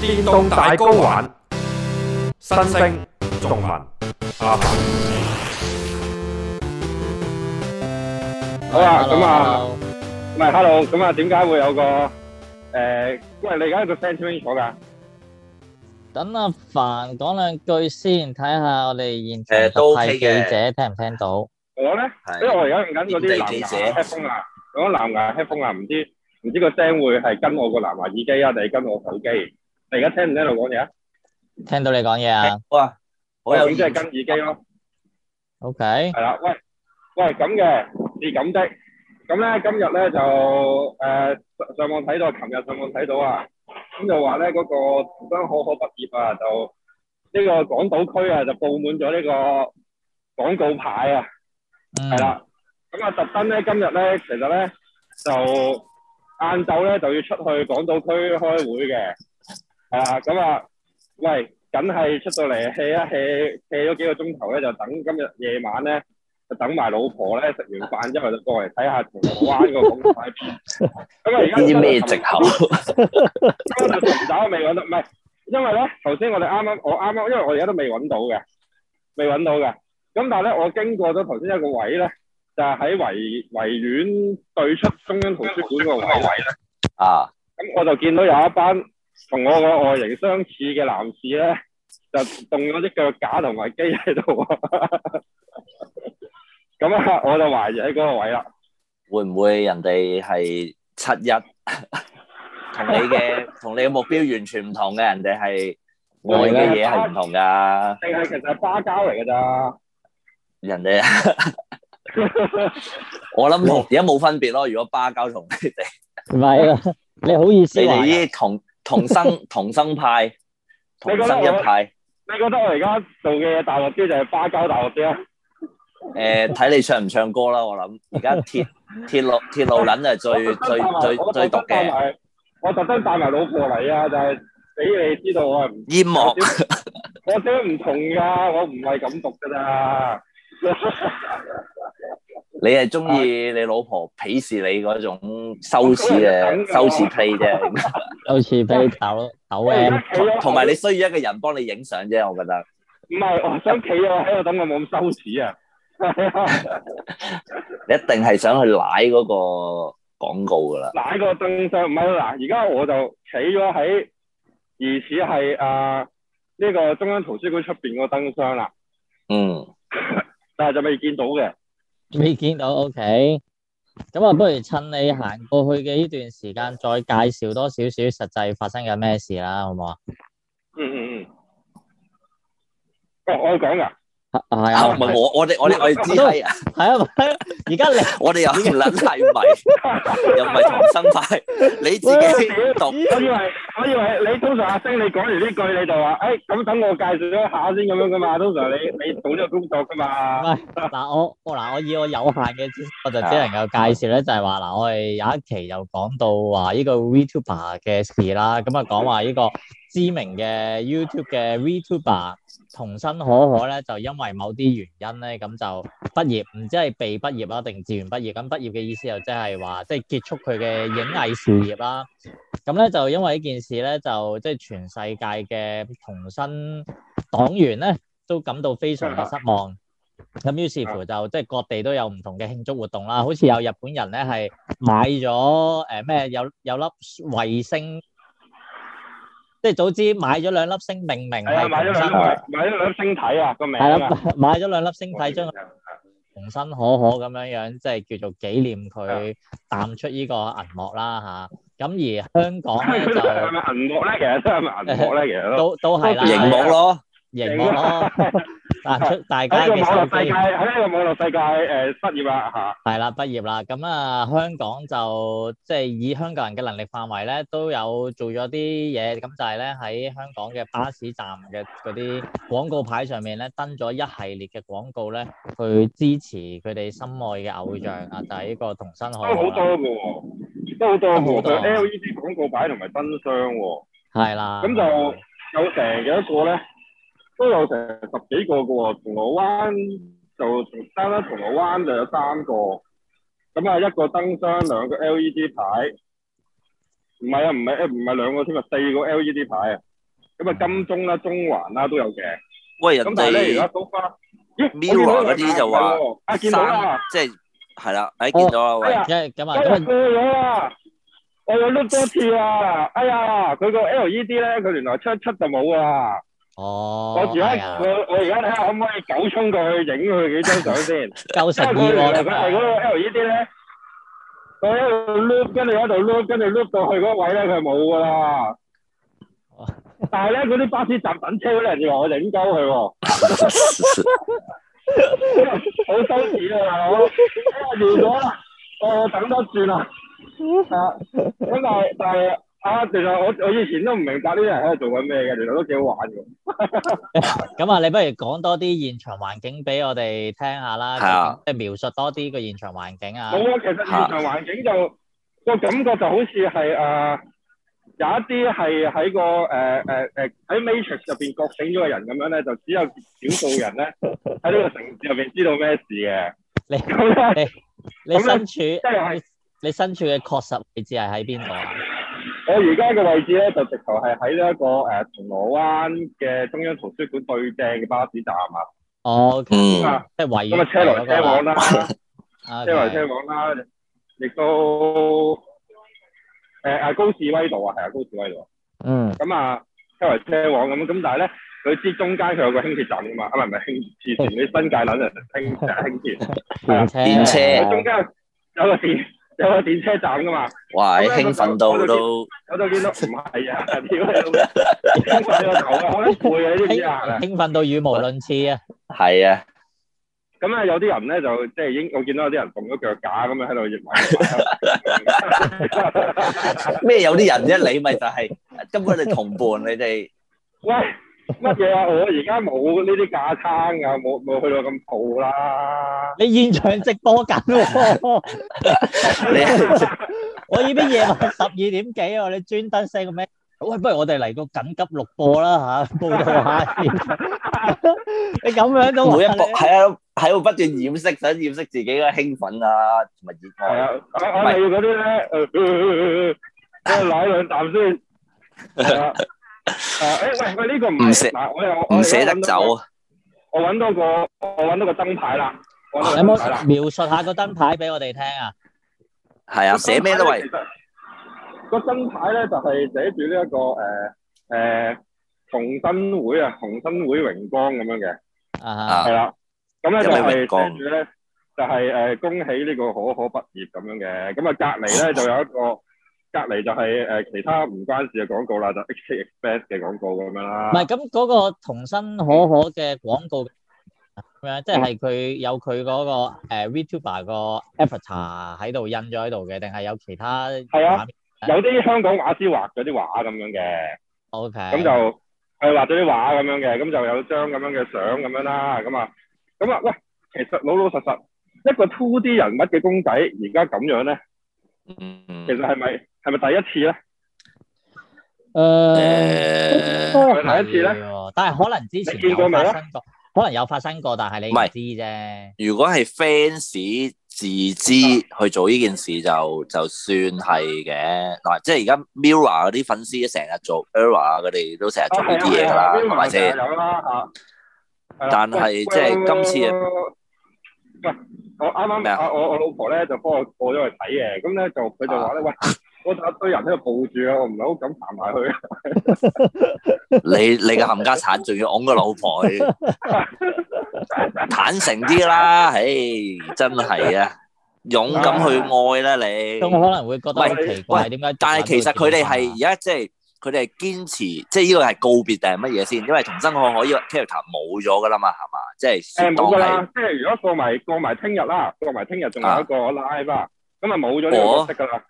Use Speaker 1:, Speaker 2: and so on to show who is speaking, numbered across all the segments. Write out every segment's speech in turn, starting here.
Speaker 1: 電動大 GO 玩，新星仲文阿凡
Speaker 2: 好啊，咁啊，唔係 hello，咁啊，點解會有個誒？喂，你而家個 friend 清唔清楚㗎？
Speaker 3: 等阿凡講兩句先，睇下我哋現場
Speaker 4: 誒都
Speaker 3: 特派
Speaker 4: OK
Speaker 3: 記
Speaker 4: 嘅
Speaker 3: 者聽唔聽到？
Speaker 2: 我咧，因為我而家用緊嗰啲藍
Speaker 4: 地記者
Speaker 2: 牙 headphone 啊，用緊藍牙 headphone 啊，唔知唔知個聲會係跟我個藍牙耳機啊，定係跟我手機？你而家聽唔聽到講嘢啊？
Speaker 3: 聽到你講嘢啊
Speaker 4: 哇，好有
Speaker 2: 哦咁即係跟耳機咯。
Speaker 3: ？OK，
Speaker 2: 係啦，喂喂咁嘅是咁的，咁咧今日咧就誒、呃上上網睇到，琴日上網睇到啊，咁就話咧嗰個桐生可可畢業啊，就呢、個港島區啊就佈滿咗呢個廣告牌啊，
Speaker 3: 嗯
Speaker 2: 係，啦，咁啊特登咧今日咧其實咧就晏晝咧就要出去港島區開會嘅，係啦，咁啊喂，梗係出到嚟 hea 一 hea hea 咗幾個鐘頭咧，就等今日夜晚咧。就等埋老婆咧食完飯之後就過嚟睇下銅鑼灣個廣告喺邊。咁啊，而家
Speaker 4: 呢啲咩藉口？
Speaker 2: 我就尋找未揾到，唔係，因為咧頭先我哋啱啱我啱啱，因為我而家都未揾到嘅，未揾到嘅。咁但係咧，我經過咗頭先一個位咧，就係喺維維園對出中央圖書館個位咧，
Speaker 4: 啊？
Speaker 2: 咁我就見到有一班同我個外形相似嘅男士咧，就動咗啲腳架同埋機喺度 喎。咁啊，我就懷疑喺嗰個位啦。
Speaker 4: 會唔會人哋係七一 同你嘅同你嘅目標完全唔同嘅？人哋係
Speaker 2: 我啊
Speaker 4: 愛嘅
Speaker 2: 哋呢
Speaker 4: 嘢係唔同噶，
Speaker 2: 定係其實係芭膠嚟㗎咋？
Speaker 4: 人哋 我諗同而家冇分別咯。如果巴交 同你哋，
Speaker 3: 唔係啦，你好意思
Speaker 4: 你
Speaker 2: 啊
Speaker 3: 話
Speaker 4: 哋呢啲同同 生同生派同生一派，
Speaker 2: 你覺得我而家做嘅嘢大陸啲定係芭膠大陸啲啊？
Speaker 4: 誒睇、你唱唔唱歌啦。我諗而家 鐵鐵路鐵路撚係最最最最毒嘅
Speaker 2: 嘅。我特登帶埋老婆嚟啊，就係俾你知道我係唔
Speaker 4: 煙幕，
Speaker 2: 我點解唔同㗎？我唔係咁讀㗎咋。
Speaker 4: 你係中意
Speaker 2: 啊
Speaker 4: 你老婆鄙視你嗰種收視嘅收視 play 啫。
Speaker 3: 好似俾你抖抖
Speaker 2: 我而
Speaker 3: M？
Speaker 2: 家企咗
Speaker 4: 啊同埋你需要一個人幫你影相啫，我覺得。
Speaker 2: 唔係，我想企咗喺度等我冇咁羞恥啊。係啊，
Speaker 4: 你一定係想去舐嗰個廣告噶啦。
Speaker 2: 嗱，個凳上唔係嗱，而家我就企咗喺疑似係啊呢個中央圖書館出邊個燈箱啦，
Speaker 4: 嗯，
Speaker 2: 但係就未見到嘅。
Speaker 3: 未見到，OK。咁啊，不如趁你行過去嘅呢段時間，再介紹多少少實際發生緊咩事啦，好唔好啊？
Speaker 2: 嗯嗯嗯。哦，我講㗎。
Speaker 3: 係
Speaker 4: 啊，
Speaker 3: 啊
Speaker 4: 唔，係我我哋我哋我哋知係啊，
Speaker 3: 係啊，而家你
Speaker 4: 我哋 又唔撚係迷，又唔係同生派，你自己讀
Speaker 2: 我以為我以為你通常阿星你講完呢句你就話，誒、哎咁等我介紹咗下先咁樣噶嘛，通常你你做呢個工作噶嘛。
Speaker 3: 嗱，我我嗱，我以我有限嘅知識，我就只能夠介紹咧，就係話嗱，我哋有一期就講到話呢個 VTuber 嘅事啦，咁啊講話呢個知名嘅 YouTube 嘅 VTuber 童生可可咧，就因為某啲原因咧，咁就畢業，唔知係被畢業啦定自願畢業。咁畢業嘅意思就即係話，即係結束佢嘅影藝事業啦。咁咧就因為呢件事咧，就即係全世界嘅童生黨員咧，都感到非常嘅失望。咁於是乎就即係各地都有唔同嘅慶祝活動啦，好似有日本人咧係買咗誒咩有有粒衛星，即係早知買咗兩粒星，明明
Speaker 2: 係啊，
Speaker 3: 係
Speaker 2: 買
Speaker 3: 童
Speaker 2: 咗兩
Speaker 3: 生
Speaker 2: 粒買咗兩星體啊個名
Speaker 3: 係
Speaker 2: 啊
Speaker 3: 啦，。買咗兩粒星體，將
Speaker 2: 係
Speaker 3: 童生可可咁樣樣，即係叫做紀念
Speaker 2: 啊
Speaker 3: 佢淡出呢個銀幕啦吓，咁、 而香港咧
Speaker 2: 係
Speaker 3: 就
Speaker 2: 咪銀幕咧？其實都係咪銀幕咧？其實
Speaker 3: 都
Speaker 2: 都。
Speaker 3: 都係啦，
Speaker 2: 都啊
Speaker 4: 熒幕咯。
Speaker 3: 熒幕咯，嗱出大家
Speaker 2: 喺呢
Speaker 3: 嘅
Speaker 2: 個網
Speaker 3: 手
Speaker 2: 絡世界，
Speaker 3: 機
Speaker 2: 喺呢個網絡世界誒、失業啦嚇。
Speaker 3: 係啦，畢業啦，咁啊香港就即係以香港人嘅能力範圍咧，都有做咗啲嘢，咁就係咧喺香港嘅巴士站嘅嗰啲廣告牌上面咧登咗一系列嘅廣告咧，去支持佢哋心愛嘅偶像啊，就係、呢個童生可
Speaker 2: 都
Speaker 3: 可
Speaker 2: 好
Speaker 3: 啦。
Speaker 2: 多嘅喎，都好多
Speaker 3: 都好
Speaker 2: 嘅
Speaker 3: 多
Speaker 2: 喎。佢 LED 廣告牌同埋燈箱喎，
Speaker 3: 係啦，
Speaker 2: 咁就有成幾多個咧？都有成十幾個嘅喎。銅鑼灣就單單銅鑼灣就有三個，咁啊一個 E 燈箱，兩個 LED 牌，唔係啊，唔係誒唔係兩個添啊，四個 LED 牌啊，咁啊金鐘啦、中環啦都有嘅。
Speaker 4: 喂，人
Speaker 2: 咁但係咧，而家
Speaker 4: 哋
Speaker 2: 都花咦
Speaker 4: Mirror 嗰啲就話
Speaker 2: 啊，見到
Speaker 4: 三
Speaker 2: 啦，
Speaker 4: 即係係啦，誒見到啦，
Speaker 2: 哎
Speaker 4: 喂，
Speaker 2: 呀
Speaker 3: 因為咁啊，
Speaker 2: 哎
Speaker 3: 咁
Speaker 2: 呀
Speaker 3: 啊，
Speaker 2: 過咗啦，我有碌多次啊！哎呀，佢個 LED 咧，佢原來七七就冇啊！
Speaker 3: 哦，
Speaker 2: 我而
Speaker 3: 係
Speaker 2: 家
Speaker 3: 啊
Speaker 2: 我，我而家睇下可唔可以九衝過去影佢幾張相先。
Speaker 3: 夠
Speaker 2: 因
Speaker 3: 十
Speaker 2: 為
Speaker 3: 二
Speaker 2: 佢原來
Speaker 3: 喎，啊
Speaker 2: 佢係嗰個 LED 咧，佢一路 loop，跟住喺度 loop，跟住 loop 到去嗰個位咧，佢冇噶啦
Speaker 3: 哦。
Speaker 2: 但係咧，嗰啲巴士站等車嗰啲人就話我影鳩佢喎，好羞恥啊！大佬，如果我等多轉啦，係啊，咁但係但係啊，其實我我以前都唔明白呢啲人喺度做緊咩嘅，其實都幾好玩嘅。
Speaker 3: 咁啊，你不如講多啲現場環境俾我哋聽下啦，
Speaker 4: 係啊
Speaker 3: 即係描述多啲個現場環境啊。
Speaker 2: 冇啊，其實現場環境就個感覺就好似係誒有一啲係喺個誒誒誒喺 Matrix 入邊覺醒咗嘅人咁樣咧，就只有少 數人咧喺呢個城市入邊知道咩事嘅。
Speaker 3: 你
Speaker 2: 咁咧，
Speaker 3: 你身處
Speaker 2: 即係
Speaker 3: 你你身處嘅確實位置係喺邊度啊？
Speaker 2: 我而家嘅位置咧，就直頭係喺呢一個誒銅鑼灣嘅中央圖書館對正嘅巴士站啊。
Speaker 3: 哦，即
Speaker 4: 嗯
Speaker 2: 啊，
Speaker 3: 係位於
Speaker 2: 咁啊，車來車往啦，
Speaker 3: 啊，
Speaker 2: 車來車往啦，亦都誒誒高士威道啊，係啊，高士威道。
Speaker 3: 嗯，
Speaker 2: 咁啊，周圍車往咁，咁但係咧，佢知中間佢有個輕鐵站㗎嘛，啊唔係唔係輕鐵，前啲新界撚人輕就係輕鐵，
Speaker 3: 電車
Speaker 4: 電車
Speaker 3: 啊
Speaker 2: 佢中間有個電有個電車站㗎嘛，
Speaker 4: 哇，興奮到都
Speaker 2: 我就見到唔係啊，屌你老味，興奮個頭啊，我都攰啊，你知唔知啊
Speaker 3: 興？興奮到語無倫次啊！
Speaker 4: 係啊，
Speaker 2: 咁啊，有啲人咧就即係已經，我見到有啲人動咗腳架咁樣喺度熱埋。
Speaker 4: 咩有啲人啫，你咪就係根本你同伴，你哋
Speaker 2: 喂， 乜嘢啊？我而家冇呢啲架撐啊，冇冇去到咁鋪啦。
Speaker 3: 你現場直播緊喎，
Speaker 4: 你
Speaker 3: 我依邊夜 晚十二點幾喎，你專登 send 個咩？喂，不如我哋嚟個緊急錄播 啦嚇，報道下 現場。你咁樣都話
Speaker 4: 每一
Speaker 3: 你
Speaker 4: 步喺度喺度不斷掩飾，想掩飾自己嘅興奮啊，同埋熱
Speaker 2: 係
Speaker 4: 愛
Speaker 2: 啊，我我哋要嗰啲咧，誒，即係奶兩啖先。係啊，誒，喂喂，呢個唔
Speaker 4: 唔捨
Speaker 2: 嗱，我又
Speaker 4: 唔捨得走。啊！
Speaker 2: 我揾到個，我揾到個燈牌啦，我
Speaker 3: 有
Speaker 2: 揾到個燈牌
Speaker 3: 冇
Speaker 2: 啦。
Speaker 3: 描述下個燈牌俾我哋聽啊？
Speaker 4: 係啊，寫咩都喂，？
Speaker 2: 個燈牌咧就係寫住呢一個誒誒同生會啊，同生會榮光咁樣嘅，
Speaker 3: 啊
Speaker 4: 啊
Speaker 2: 係啦。咁咧就
Speaker 4: 有咩榮
Speaker 2: 係
Speaker 4: 光
Speaker 2: 寫住咧，就係誒恭喜呢個可可畢業咁樣嘅。咁啊隔離咧就有一個。 隔離就係誒其他唔關事嘅廣告啦，就 HK Express 嘅廣告咁樣啦。
Speaker 3: 唔係咁嗰個童新可可嘅廣告咁樣，即係佢有佢嗰個誒 à, VTuber 個 avatar 喺度印咗喺度嘅，定係有其他
Speaker 2: 係啊
Speaker 3: 畫面
Speaker 2: 有啲香港畫師畫嗰啲畫咁樣嘅。
Speaker 3: ？OK，
Speaker 2: 咁就係畫咗啲畫咁樣嘅，咁就有張咁樣嘅相咁樣啦，咁啊，咁啊，喂，其實老老實實一個 two D 人物嘅公仔，而家咁樣咧，
Speaker 4: 嗯
Speaker 2: 其實係咪係咪第一次咧？
Speaker 3: 誒。
Speaker 4: 誒，
Speaker 3: 都係
Speaker 2: 第一次呢
Speaker 3: 喎，但係可能之前
Speaker 2: 你見過
Speaker 3: 有
Speaker 2: 未
Speaker 3: 發
Speaker 2: 呢
Speaker 3: 生過，可能有發生過，但係你唔
Speaker 4: 唔係
Speaker 3: 知啫。
Speaker 4: 如果係 fans 自知去做呢件事就就算係嘅嗱，即係而家 Mirror 嗰啲粉絲成日做 Error 佢哋都
Speaker 2: 啊
Speaker 4: 成日做呢啲嘢㗎啦，係咪先？
Speaker 2: 有啦嚇。啊
Speaker 4: 但係即係今次嘅
Speaker 2: 喂，我啱
Speaker 4: 咩
Speaker 2: 啱
Speaker 4: 啊
Speaker 2: 啊，我我老婆咧就幫我過咗去睇嘅，咁咧就佢就話咧，喂，我有一堆人喺度抱住啊，我唔係好敢行埋 去。
Speaker 4: 你你嘅冚家產仲要㧬個老婆 去，坦誠啲啦，唉，真係啊，勇敢去愛啦你。
Speaker 3: 咁可能會覺得好
Speaker 2: 唔係
Speaker 3: 奇怪，
Speaker 4: 喂
Speaker 3: 點解？
Speaker 4: 但係其實佢哋
Speaker 2: 啊
Speaker 3: à?
Speaker 4: 係而家即係佢哋係堅持，即係呢個係告別定係乜嘢先？因為童生可可呢個 character 冇咗噶啦嘛，係嘛？即
Speaker 2: 誒
Speaker 4: 係當
Speaker 2: 冇㗎
Speaker 4: 係
Speaker 2: 啦，即係如果過埋過埋聽日啦，過埋聽日仲有一個 live 啦，咁啊冇咗呢個角
Speaker 4: 哦
Speaker 2: 色㗎啦，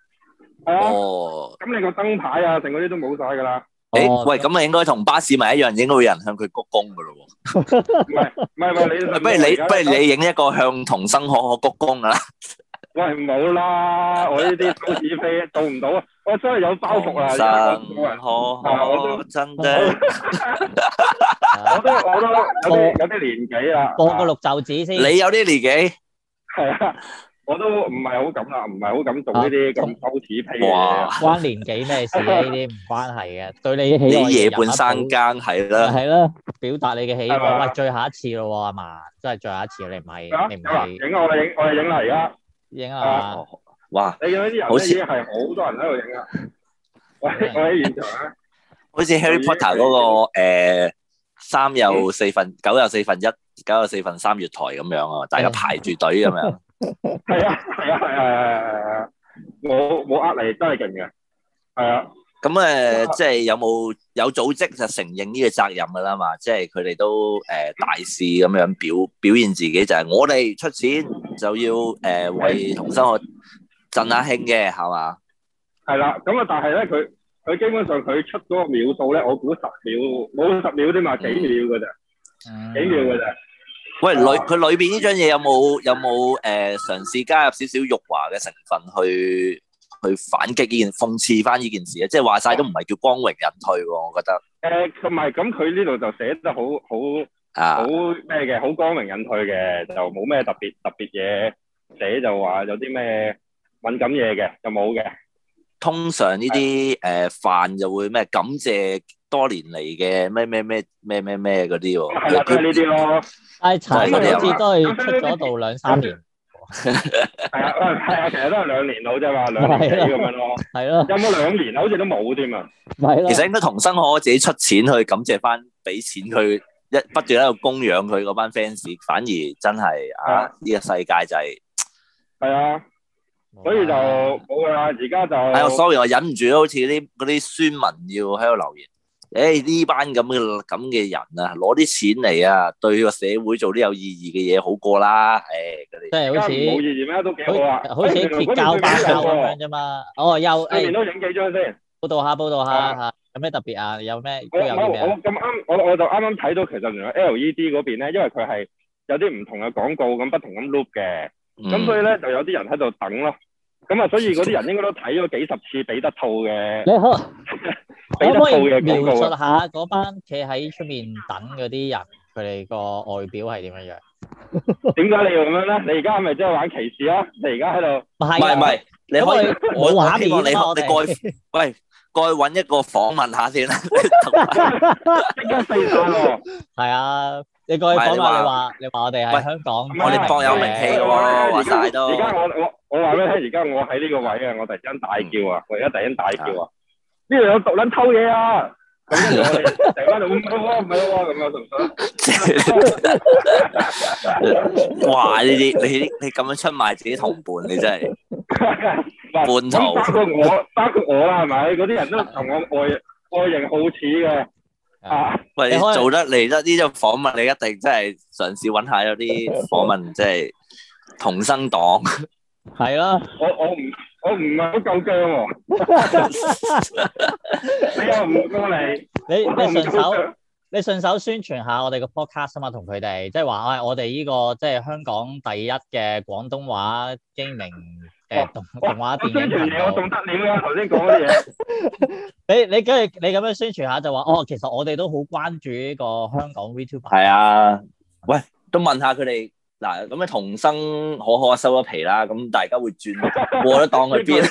Speaker 2: 係啊，
Speaker 4: 哦。
Speaker 2: 咁你個燈牌啊，成嗰啲都冇晒㗎啦，哦
Speaker 4: 誒，喂，咁你應該同巴士咪一樣，應該會有人向佢鞠躬噶咯喎。
Speaker 2: 唔係唔係唔係你，
Speaker 4: 不如你，
Speaker 2: 而家
Speaker 4: 不如你影一個向童生可可鞠躬噶啦。
Speaker 2: 喂冇啦，我呢啲手指飛做唔到啊，我真係有包 袱
Speaker 4: 童
Speaker 2: 啊，而
Speaker 4: 生
Speaker 2: 家我人
Speaker 4: 可可真的
Speaker 2: 我都我都有啲有啲年紀啦，
Speaker 3: 播個綠袖子先。
Speaker 4: 你有啲年紀，
Speaker 2: 係啊，我都唔係好敢啦，唔係好敢做呢啲咁羞恥屁嘅嘢
Speaker 4: 哇
Speaker 2: 啊。
Speaker 3: 關年紀咩事啊？呢啲唔關係嘅，對你喜愛
Speaker 4: 你夜半三更係啦，
Speaker 3: 係啦，表達你嘅喜
Speaker 2: 係嘛
Speaker 3: 愛。喂，最後一次咯喎，阿嫲，真係最後一次，你唔
Speaker 2: 啊
Speaker 3: 係你唔
Speaker 2: 有啦，
Speaker 3: 係
Speaker 2: 影啊我哋影，我哋影啦而家。
Speaker 3: 影啊嘛？
Speaker 4: 哇！
Speaker 2: 你見到啲人
Speaker 4: 好
Speaker 2: 咧
Speaker 4: 似
Speaker 2: 已經係好多人喺度影啦。我喺我喺現場咧，
Speaker 4: 好似 Harry Potter ờ, 嗰、個誒三又四分九又四分一九又四分三月台咁樣啊，大家排住隊咁樣。
Speaker 2: 係啊係啊係啊係啊係啊，冇冇呃你，真係勁嘅。係啊，
Speaker 4: 咁誒、呃即係有冇有組織就承認呢個責任㗎啦嘛？即係佢哋都誒、呃大肆咁樣表表現自己，就係、我哋出錢就要誒、呃、為同生學振下興嘅係嘛？
Speaker 2: 係啦。咁啊，但係咧，佢佢基本上佢出嗰個秒數咧，我估十秒冇十秒啫嘛，幾秒㗎咋，
Speaker 3: 嗯
Speaker 4: Ừ.
Speaker 2: 幾秒㗎咋。啊
Speaker 4: 喂，裏佢裏邊呢張嘢有冇有冇誒、呃、嘗試加入少少辱華嘅成分去去反擊呢件諷刺翻呢件事啊？即係話晒都唔係叫光榮引退喎，我覺得
Speaker 2: 誒，同埋咁佢呢度就寫得好好。好
Speaker 4: 啊，
Speaker 2: 咩嘅，好光明引退嘅，就冇咩特別特別嘢寫就話有啲咩敏感嘢嘅，就 冇嘅。
Speaker 4: 通常呢啲誒飯就會咩感謝多年嚟嘅咩咩咩咩咩咩嗰啲喎，
Speaker 2: 係啦，都係呢啲咯。
Speaker 3: 但係查
Speaker 4: 我哋
Speaker 3: 實好似都
Speaker 2: 有
Speaker 3: 係出咗道兩三年，
Speaker 2: 係啊，係啊，其實都係兩年到 啫嘛，兩年幾咁樣咯。
Speaker 3: 係咯，
Speaker 2: 有冇兩年啊？好似都冇添啊。
Speaker 3: 係咯
Speaker 4: 其。實應該同生可自己出錢去感謝翻，俾錢佢一不斷喺度供養佢嗰班 fans，反而真係啊呢個世界就係、
Speaker 2: 係啊，所以就冇噶啦。而家就
Speaker 3: 啊
Speaker 4: 哎我 sorry，我忍唔住好似啲嗰啲酸民要喺度留言。誒呢班咁嘅咁嘅人啊，攞啲錢嚟啊，對個社會做啲有意義嘅嘢好過啦。誒嗰啲
Speaker 3: 即係
Speaker 2: 而家
Speaker 3: 好
Speaker 2: 唔冇
Speaker 3: 似
Speaker 2: 意義咩？都幾好啊。
Speaker 3: 好好似
Speaker 2: 哎
Speaker 3: 結交打交咁樣啫嘛。哦，又
Speaker 2: 裏
Speaker 3: 誒
Speaker 2: 面啊都影幾張先。
Speaker 3: 報道下報道下
Speaker 2: 啊
Speaker 3: 嚇，有咩特別啊？有咩都
Speaker 2: 我
Speaker 3: 有啲咩
Speaker 2: 我
Speaker 3: 啊？
Speaker 2: 我咁啱，我我就啱啱睇到，其實原來 LED 嗰邊咧，因為佢係有啲唔同嘅廣告咁不停咁 loop 嘅。
Speaker 3: 嗯
Speaker 2: 咁所以咧就有啲人喺度等咯。咁啊，所 以嗰啲人應該都睇咗幾十次彼得兔嘅
Speaker 3: 你可
Speaker 2: 彼
Speaker 3: 可唔
Speaker 2: 得
Speaker 3: 可
Speaker 2: 兔嘅
Speaker 3: 以
Speaker 2: 廣啊
Speaker 3: 描述
Speaker 2: 告啊。
Speaker 3: 下嗰班企喺出面等嗰啲人，佢哋個外表係點樣樣？
Speaker 2: 點解你要咁樣咧？你而家係咪真係玩歧視啊？你而家喺度
Speaker 3: 唔
Speaker 4: 唔係唔係，你
Speaker 3: 因
Speaker 4: 可
Speaker 3: 為
Speaker 4: 以我
Speaker 3: 冇
Speaker 4: 我
Speaker 3: 畫
Speaker 4: 希
Speaker 3: 面
Speaker 4: 望你
Speaker 3: 啊嘛，我
Speaker 4: 你 過
Speaker 3: 哋
Speaker 4: 去喂過去揾一個訪問 下先啦。
Speaker 2: 即刻四散 喎！
Speaker 3: 係啊，你過去
Speaker 4: 唔係
Speaker 3: 訪問
Speaker 4: 你
Speaker 3: 你
Speaker 4: 話
Speaker 3: 話你話我哋
Speaker 4: 喂
Speaker 3: 係香港，
Speaker 4: 我哋
Speaker 2: 搏
Speaker 4: 博有名氣嘅喎，話晒都
Speaker 2: 而。家我我我話俾你聽，而家我喺呢個位啊，我突然間大叫
Speaker 4: 嗯
Speaker 2: 啊！我而家突然間大叫啊！呢度有毒撚偷嘢啊！咁跟住我 哋成班就唔係喎，唔係喎咁樣，啊信唔信？
Speaker 4: 即係哇！呢啲你你咁樣出賣自己同伴，你真係
Speaker 2: 嗱
Speaker 4: 半途
Speaker 2: 咁包括我，包括我啦，係咪？嗰啲人都同我外外形好似嘅，啊，
Speaker 4: 喂！
Speaker 3: 你
Speaker 4: 你
Speaker 3: 可以
Speaker 4: 做得嚟得呢種訪問，你一定真係嘗試揾下有啲訪問，即係同生黨。
Speaker 3: 係咯，
Speaker 2: 我我唔我唔係好夠姜喎， 你又唔過嚟，
Speaker 3: 你
Speaker 2: 我都唔
Speaker 3: 你順
Speaker 2: 夠
Speaker 3: 手
Speaker 2: 姜。
Speaker 3: 你順手宣傳下我哋個 podcast 啊嘛，同佢哋即係話，唉，我哋呢個即係香港第一嘅廣東話經營
Speaker 2: 哦
Speaker 3: 誒動
Speaker 2: 哦
Speaker 3: 動畫
Speaker 2: 我
Speaker 3: 電
Speaker 2: 宣
Speaker 3: 影
Speaker 2: 傳嘢我
Speaker 3: 頻道
Speaker 2: 仲。得了啊！頭先講嗰啲 嘢，
Speaker 3: 你你跟住你咁樣宣傳下就話，哦，其實我哋都好關注呢個香港 VTuber。
Speaker 4: 係啊，喂，都問下佢哋嗱，咁啊童生可可收咗皮啦，咁大家會轉過咗檔去邊？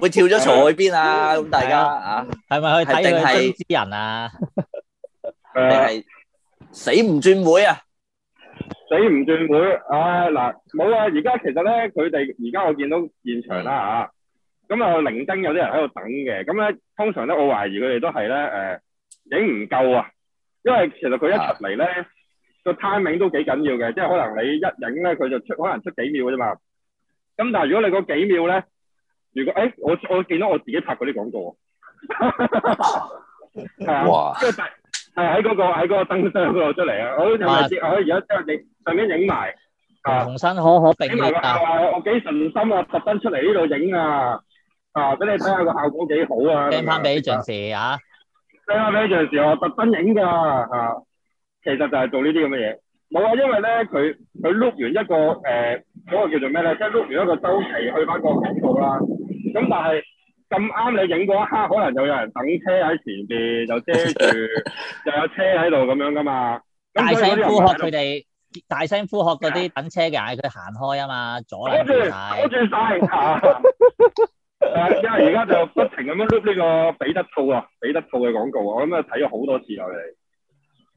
Speaker 4: 會跳咗槽去邊啊？咁大家啊，
Speaker 3: 係咪去睇
Speaker 4: 係定
Speaker 3: 佢
Speaker 4: 係
Speaker 3: 真之人啊？
Speaker 4: 定
Speaker 2: 誒
Speaker 4: 係死唔轉會啊？
Speaker 2: 死唔轉會，唉嗱，冇啊！而家其實咧，佢哋而家我見到現場啦嚇，咁啊零丁有啲人喺度等嘅，咁咧通常咧我懷疑佢哋都係咧誒影唔夠啊，因為其實佢一出嚟咧個 timing 都幾緊要嘅，即係可能你一影咧佢就出可能出幾秒嘅啫嘛，咁但係如果你嗰幾秒咧，如果誒、欸我我見到我自己拍嗰啲廣告啊，係啊。
Speaker 4: 哇！
Speaker 2: 跟住係啊喺嗰個喺嗰個燈箱嗰度出嚟啊！我都係咪知？我而家即係你上面影埋啊，
Speaker 3: 同身可可並
Speaker 2: 影埋
Speaker 3: 列
Speaker 2: 個
Speaker 3: 啊！
Speaker 2: 啊！我幾順心啊，特登出嚟呢度影啊！啊，俾你睇下個效果幾好啊！
Speaker 3: 掟翻俾
Speaker 2: 咁樣
Speaker 3: 盡時啊！
Speaker 2: 聽下呢陣時我特登影㗎啊！其實就係做呢啲咁嘅嘢。冇啊，因為咧佢佢碌完一個誒嗰、個叫做咩咧，即係碌完一個周期去翻個廣告啦。咁但係咁啱你影嗰一刻，可能就有人等車喺前邊，就遮住，又有車喺度咁樣噶嘛。
Speaker 3: 大
Speaker 2: 咁所
Speaker 3: 聲
Speaker 2: 以嗰啲人
Speaker 3: 呼喝
Speaker 2: 咪喺度
Speaker 3: 佢哋大聲呼喝嗰啲等車嘅人，佢行開啊嘛，阻
Speaker 2: 阻
Speaker 3: 攔
Speaker 2: 住
Speaker 3: 住
Speaker 2: 阻
Speaker 3: 晒。
Speaker 2: 住晒 啊！誒因為而家就不停咁樣 loop 呢個彼得兔啊，彼得兔嘅廣告啊，我諗啊睇咗好多次啦，我哋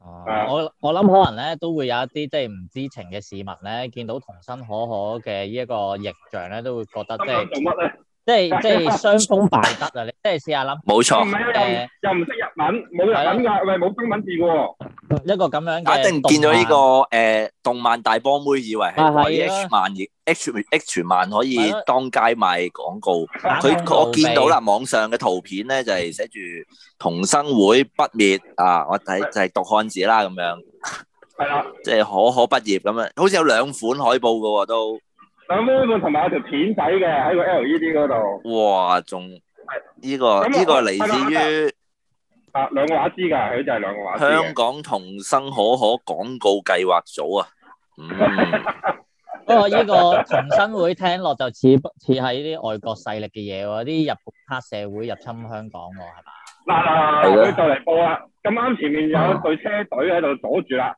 Speaker 3: 哦
Speaker 2: 啊
Speaker 3: 我我諗可能咧都會有一啲即係唔知情嘅市民咧，見到童生可可嘅呢一個形象咧，都會覺得
Speaker 4: 啊
Speaker 3: 即
Speaker 2: 今晚
Speaker 3: 係
Speaker 2: 做乜咧？
Speaker 3: 即 係即係雙峰敗德啊！你即係試下諗
Speaker 4: 冇
Speaker 2: 唔
Speaker 4: 錯，
Speaker 2: 係啊，又唔又唔識日文，冇日文
Speaker 4: 啊
Speaker 2: 㗎，喂，冇中文字嘅喎。
Speaker 3: 一個咁樣嘅動漫，
Speaker 4: 一定見到呢個誒動漫大波妹，以為
Speaker 3: 啊
Speaker 4: 係
Speaker 3: 係啊
Speaker 4: 可以 H 漫以 H H 漫可以
Speaker 3: 係啊
Speaker 4: 當街賣廣告。
Speaker 3: 打通
Speaker 4: 佢佢我
Speaker 3: 路鼻
Speaker 4: 見到啦，網上嘅圖片咧就係寫住同生會不滅啊！我睇就係讀漢字啦，咁樣
Speaker 2: 係啦，
Speaker 4: 即係可可畢業咁樣，好似有兩款海報嘅喎都，
Speaker 2: 兩妹妹同埋有條片仔嘅喺個 LED 嗰度，
Speaker 4: 哇！仲呢個
Speaker 2: 咁啊
Speaker 4: 呢個嚟自於
Speaker 2: 啊兩個畫師㗎，佢就係兩個畫師嘅
Speaker 3: 啊
Speaker 4: 香港童生可可廣告計劃組啊，嗯。
Speaker 3: 不過呢個童生會聽落就似似係呢啲外國勢力嘅嘢喎，啲日本黑社會入侵香港喎，係 嘛？
Speaker 2: 嗱嗱，
Speaker 4: 係咯
Speaker 2: 佢就嚟報啦！咁啱前面有一隊車隊喺度阻住啦，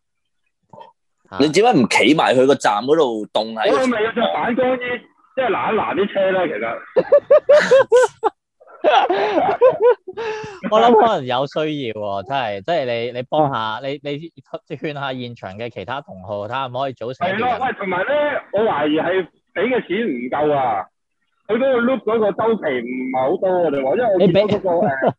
Speaker 3: 啊
Speaker 4: 你點解唔企埋佢個站嗰度凍喺
Speaker 2: 我
Speaker 4: 度？
Speaker 2: 咪有隻反光衣，即係攔一攔啲車咧。其實
Speaker 3: 我諗可能有需要喎，真係，即係你你幫下你你勸下現場嘅其他同好，睇下可唔可以組成
Speaker 2: 係
Speaker 3: 一
Speaker 2: 咯，
Speaker 3: 個
Speaker 2: 喂，同埋咧，我懷疑係俾嘅錢唔夠啊！佢嗰個 loop 嗰個周期唔係好多我哋話，因為我
Speaker 3: 你
Speaker 2: 見
Speaker 3: 俾
Speaker 2: 到嗰 個誒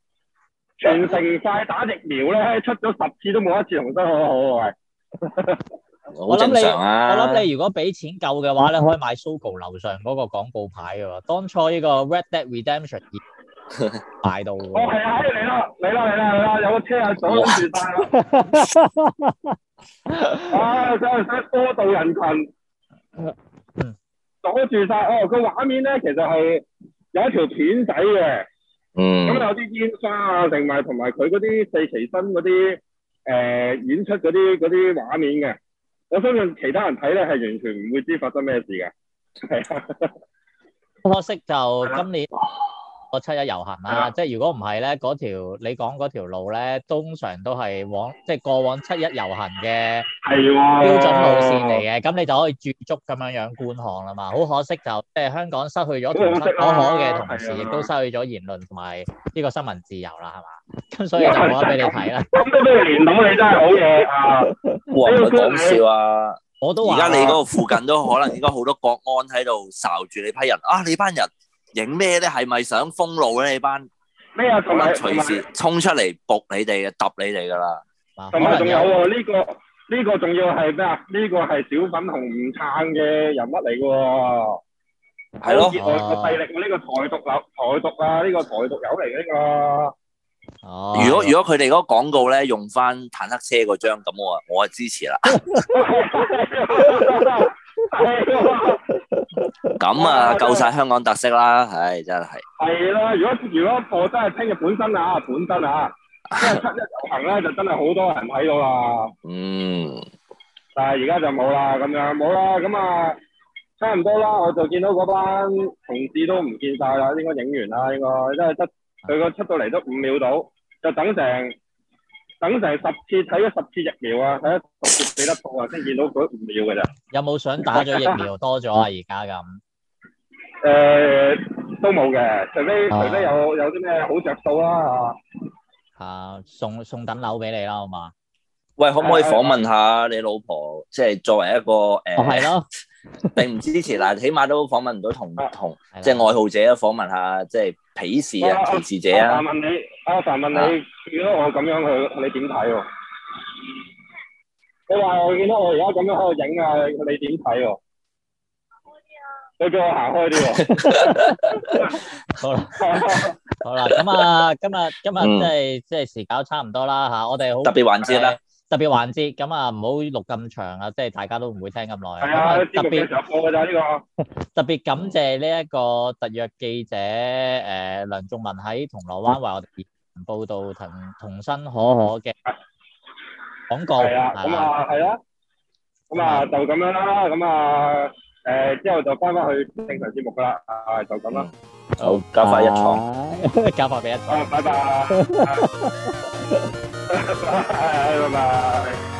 Speaker 2: 全城快打疫苗咧，出咗十次都冇一次同生可可喎。 喂
Speaker 4: 好正常
Speaker 3: 我
Speaker 4: 啊！
Speaker 3: 諗你如果俾錢夠嘅話咧，可以買 Sogo 樓上嗰個廣告牌嘅喎。當初呢個 Red Dead Redemption 二買到
Speaker 2: 哦，
Speaker 3: 喎，
Speaker 2: 係啊，係嚟啦，嚟啦，嚟啦，嚟啦，有個車啊阻住晒啦！ 啊，真係想多度人群
Speaker 3: 嗯，
Speaker 2: 阻住晒。哦，個畫面咧其實係有一條片仔嘅，咁
Speaker 4: 嗯，
Speaker 2: 有啲煙花啊，定埋同埋佢嗰啲四期生嗰啲誒演出嗰啲嗰啲畫面嘅。我相信其他人睇咧係完全唔會知發生咩事嘅。係啊，
Speaker 3: 可惜就今年個七一遊行
Speaker 2: 係
Speaker 3: 啦，
Speaker 2: 啦
Speaker 3: 即係如果唔係咧，嗰條你講嗰條路咧，通常都係往即係過往七一遊行嘅
Speaker 2: 係啊
Speaker 3: 標
Speaker 2: 喎，
Speaker 3: 準路線嚟嘅，咁你就可以駐足咁樣樣觀看啦嘛。好可惜就即係香港失去咗同質可可嘅同時，
Speaker 2: 係啊
Speaker 3: 亦都失去咗言論同埋呢個新聞自由啦，係嘛？咁所以就冇得俾你睇啦。
Speaker 2: 咁都俾佢連到你真係好嘢啊！
Speaker 4: 哇，唔係講笑啊！
Speaker 3: 我都
Speaker 4: 而
Speaker 3: 話
Speaker 4: 家你嗰個附近都可能應該好多國安喺度哨住你批人啊！你班人啊影咩咧？係咪想封路咧？你班
Speaker 2: 咩啊？同埋同
Speaker 4: 隨
Speaker 2: 埋。
Speaker 4: 時衝出嚟仆你哋嘅，揼你哋噶啦！
Speaker 3: 啊可
Speaker 2: 同埋
Speaker 3: 能
Speaker 2: 仲有
Speaker 3: 有
Speaker 2: 喎，呢、個呢、個仲要係咩啊？呢、個係小粉紅唔撐嘅人物嚟嘅喎，
Speaker 4: 係咯
Speaker 2: 好熱愛個勢力喎，呢、個台獨流台獨啊，呢、個台獨友嚟嘅呢
Speaker 3: 哦
Speaker 4: 如果如果佢哋嗰個廣告咧用翻坦克車嗰張，咁我我啊支持啦！
Speaker 2: 個。係喎
Speaker 4: 咁啊夠晒香港特色啦！唉，真係
Speaker 2: 係啦，如果如果我真係聽日本身啊，本身啊，即係七一遊行咧，就真係好多人睇到啦。
Speaker 4: 嗯
Speaker 2: 但係而家就冇啦，咁樣冇啦，咁啊差唔多啦，我就見到嗰班同事都唔見晒啦，應該影完啦，應該因為得佢個出到嚟都五秒到，就等成等成十次睇咗十次疫苗啊，睇咗十次俾得到啊，先見到嗰五秒嘅咋。
Speaker 3: 有冇想打咗疫苗多咗啊？而家咁
Speaker 2: 誒、都冇嘅，除非除非有有啲咩好着數啦
Speaker 3: 啊，送送等樓俾你啦，好嘛？
Speaker 4: 喂，可唔可以訪問下你老婆？即係作為一個
Speaker 3: 哦，係
Speaker 4: 誒，
Speaker 3: 咯，
Speaker 4: 並唔支持嗱，起碼都訪問唔到同
Speaker 3: 啊
Speaker 4: 同。
Speaker 3: 係啦
Speaker 4: 即係愛好者啊，訪問下即係鄙視人、
Speaker 2: 啊
Speaker 4: 歧視者
Speaker 2: 嚇。阿
Speaker 4: 啊
Speaker 2: 凡，問你，阿凡問
Speaker 3: 啊
Speaker 2: 你，見到我咁樣佢你點睇喎？你話我見到我而家咁樣喺度影啊，你點睇喎？佢叫我行開啲喎。
Speaker 3: 好啦，好啦，咁 啊，今日今日
Speaker 4: 嗯
Speaker 3: 即係即係時間都差唔多啦吓，我哋好
Speaker 4: 特別環節啦。
Speaker 3: 特別環節，咁啊唔好錄咁長啊，即係大家都唔會聽咁耐。
Speaker 2: 係啊，
Speaker 3: 咁
Speaker 2: 節
Speaker 3: 啊特別
Speaker 2: 目嘅時候播㗎咋呢個。
Speaker 3: 特別感謝呢一個特約記者誒、呃梁仲文喺銅鑼灣為我哋報道同同生可可嘅廣告
Speaker 2: 係啊，
Speaker 3: 係
Speaker 2: 咁
Speaker 3: 啦，
Speaker 2: 啊係啦。咁啊就咁樣啦，咁啊誒之後就翻返去正常節目㗎啦，啊就咁啦，
Speaker 4: 好，加快一廠。
Speaker 3: 交
Speaker 2: 啊
Speaker 3: 發俾一廠
Speaker 2: 啊。拜拜，拜拜。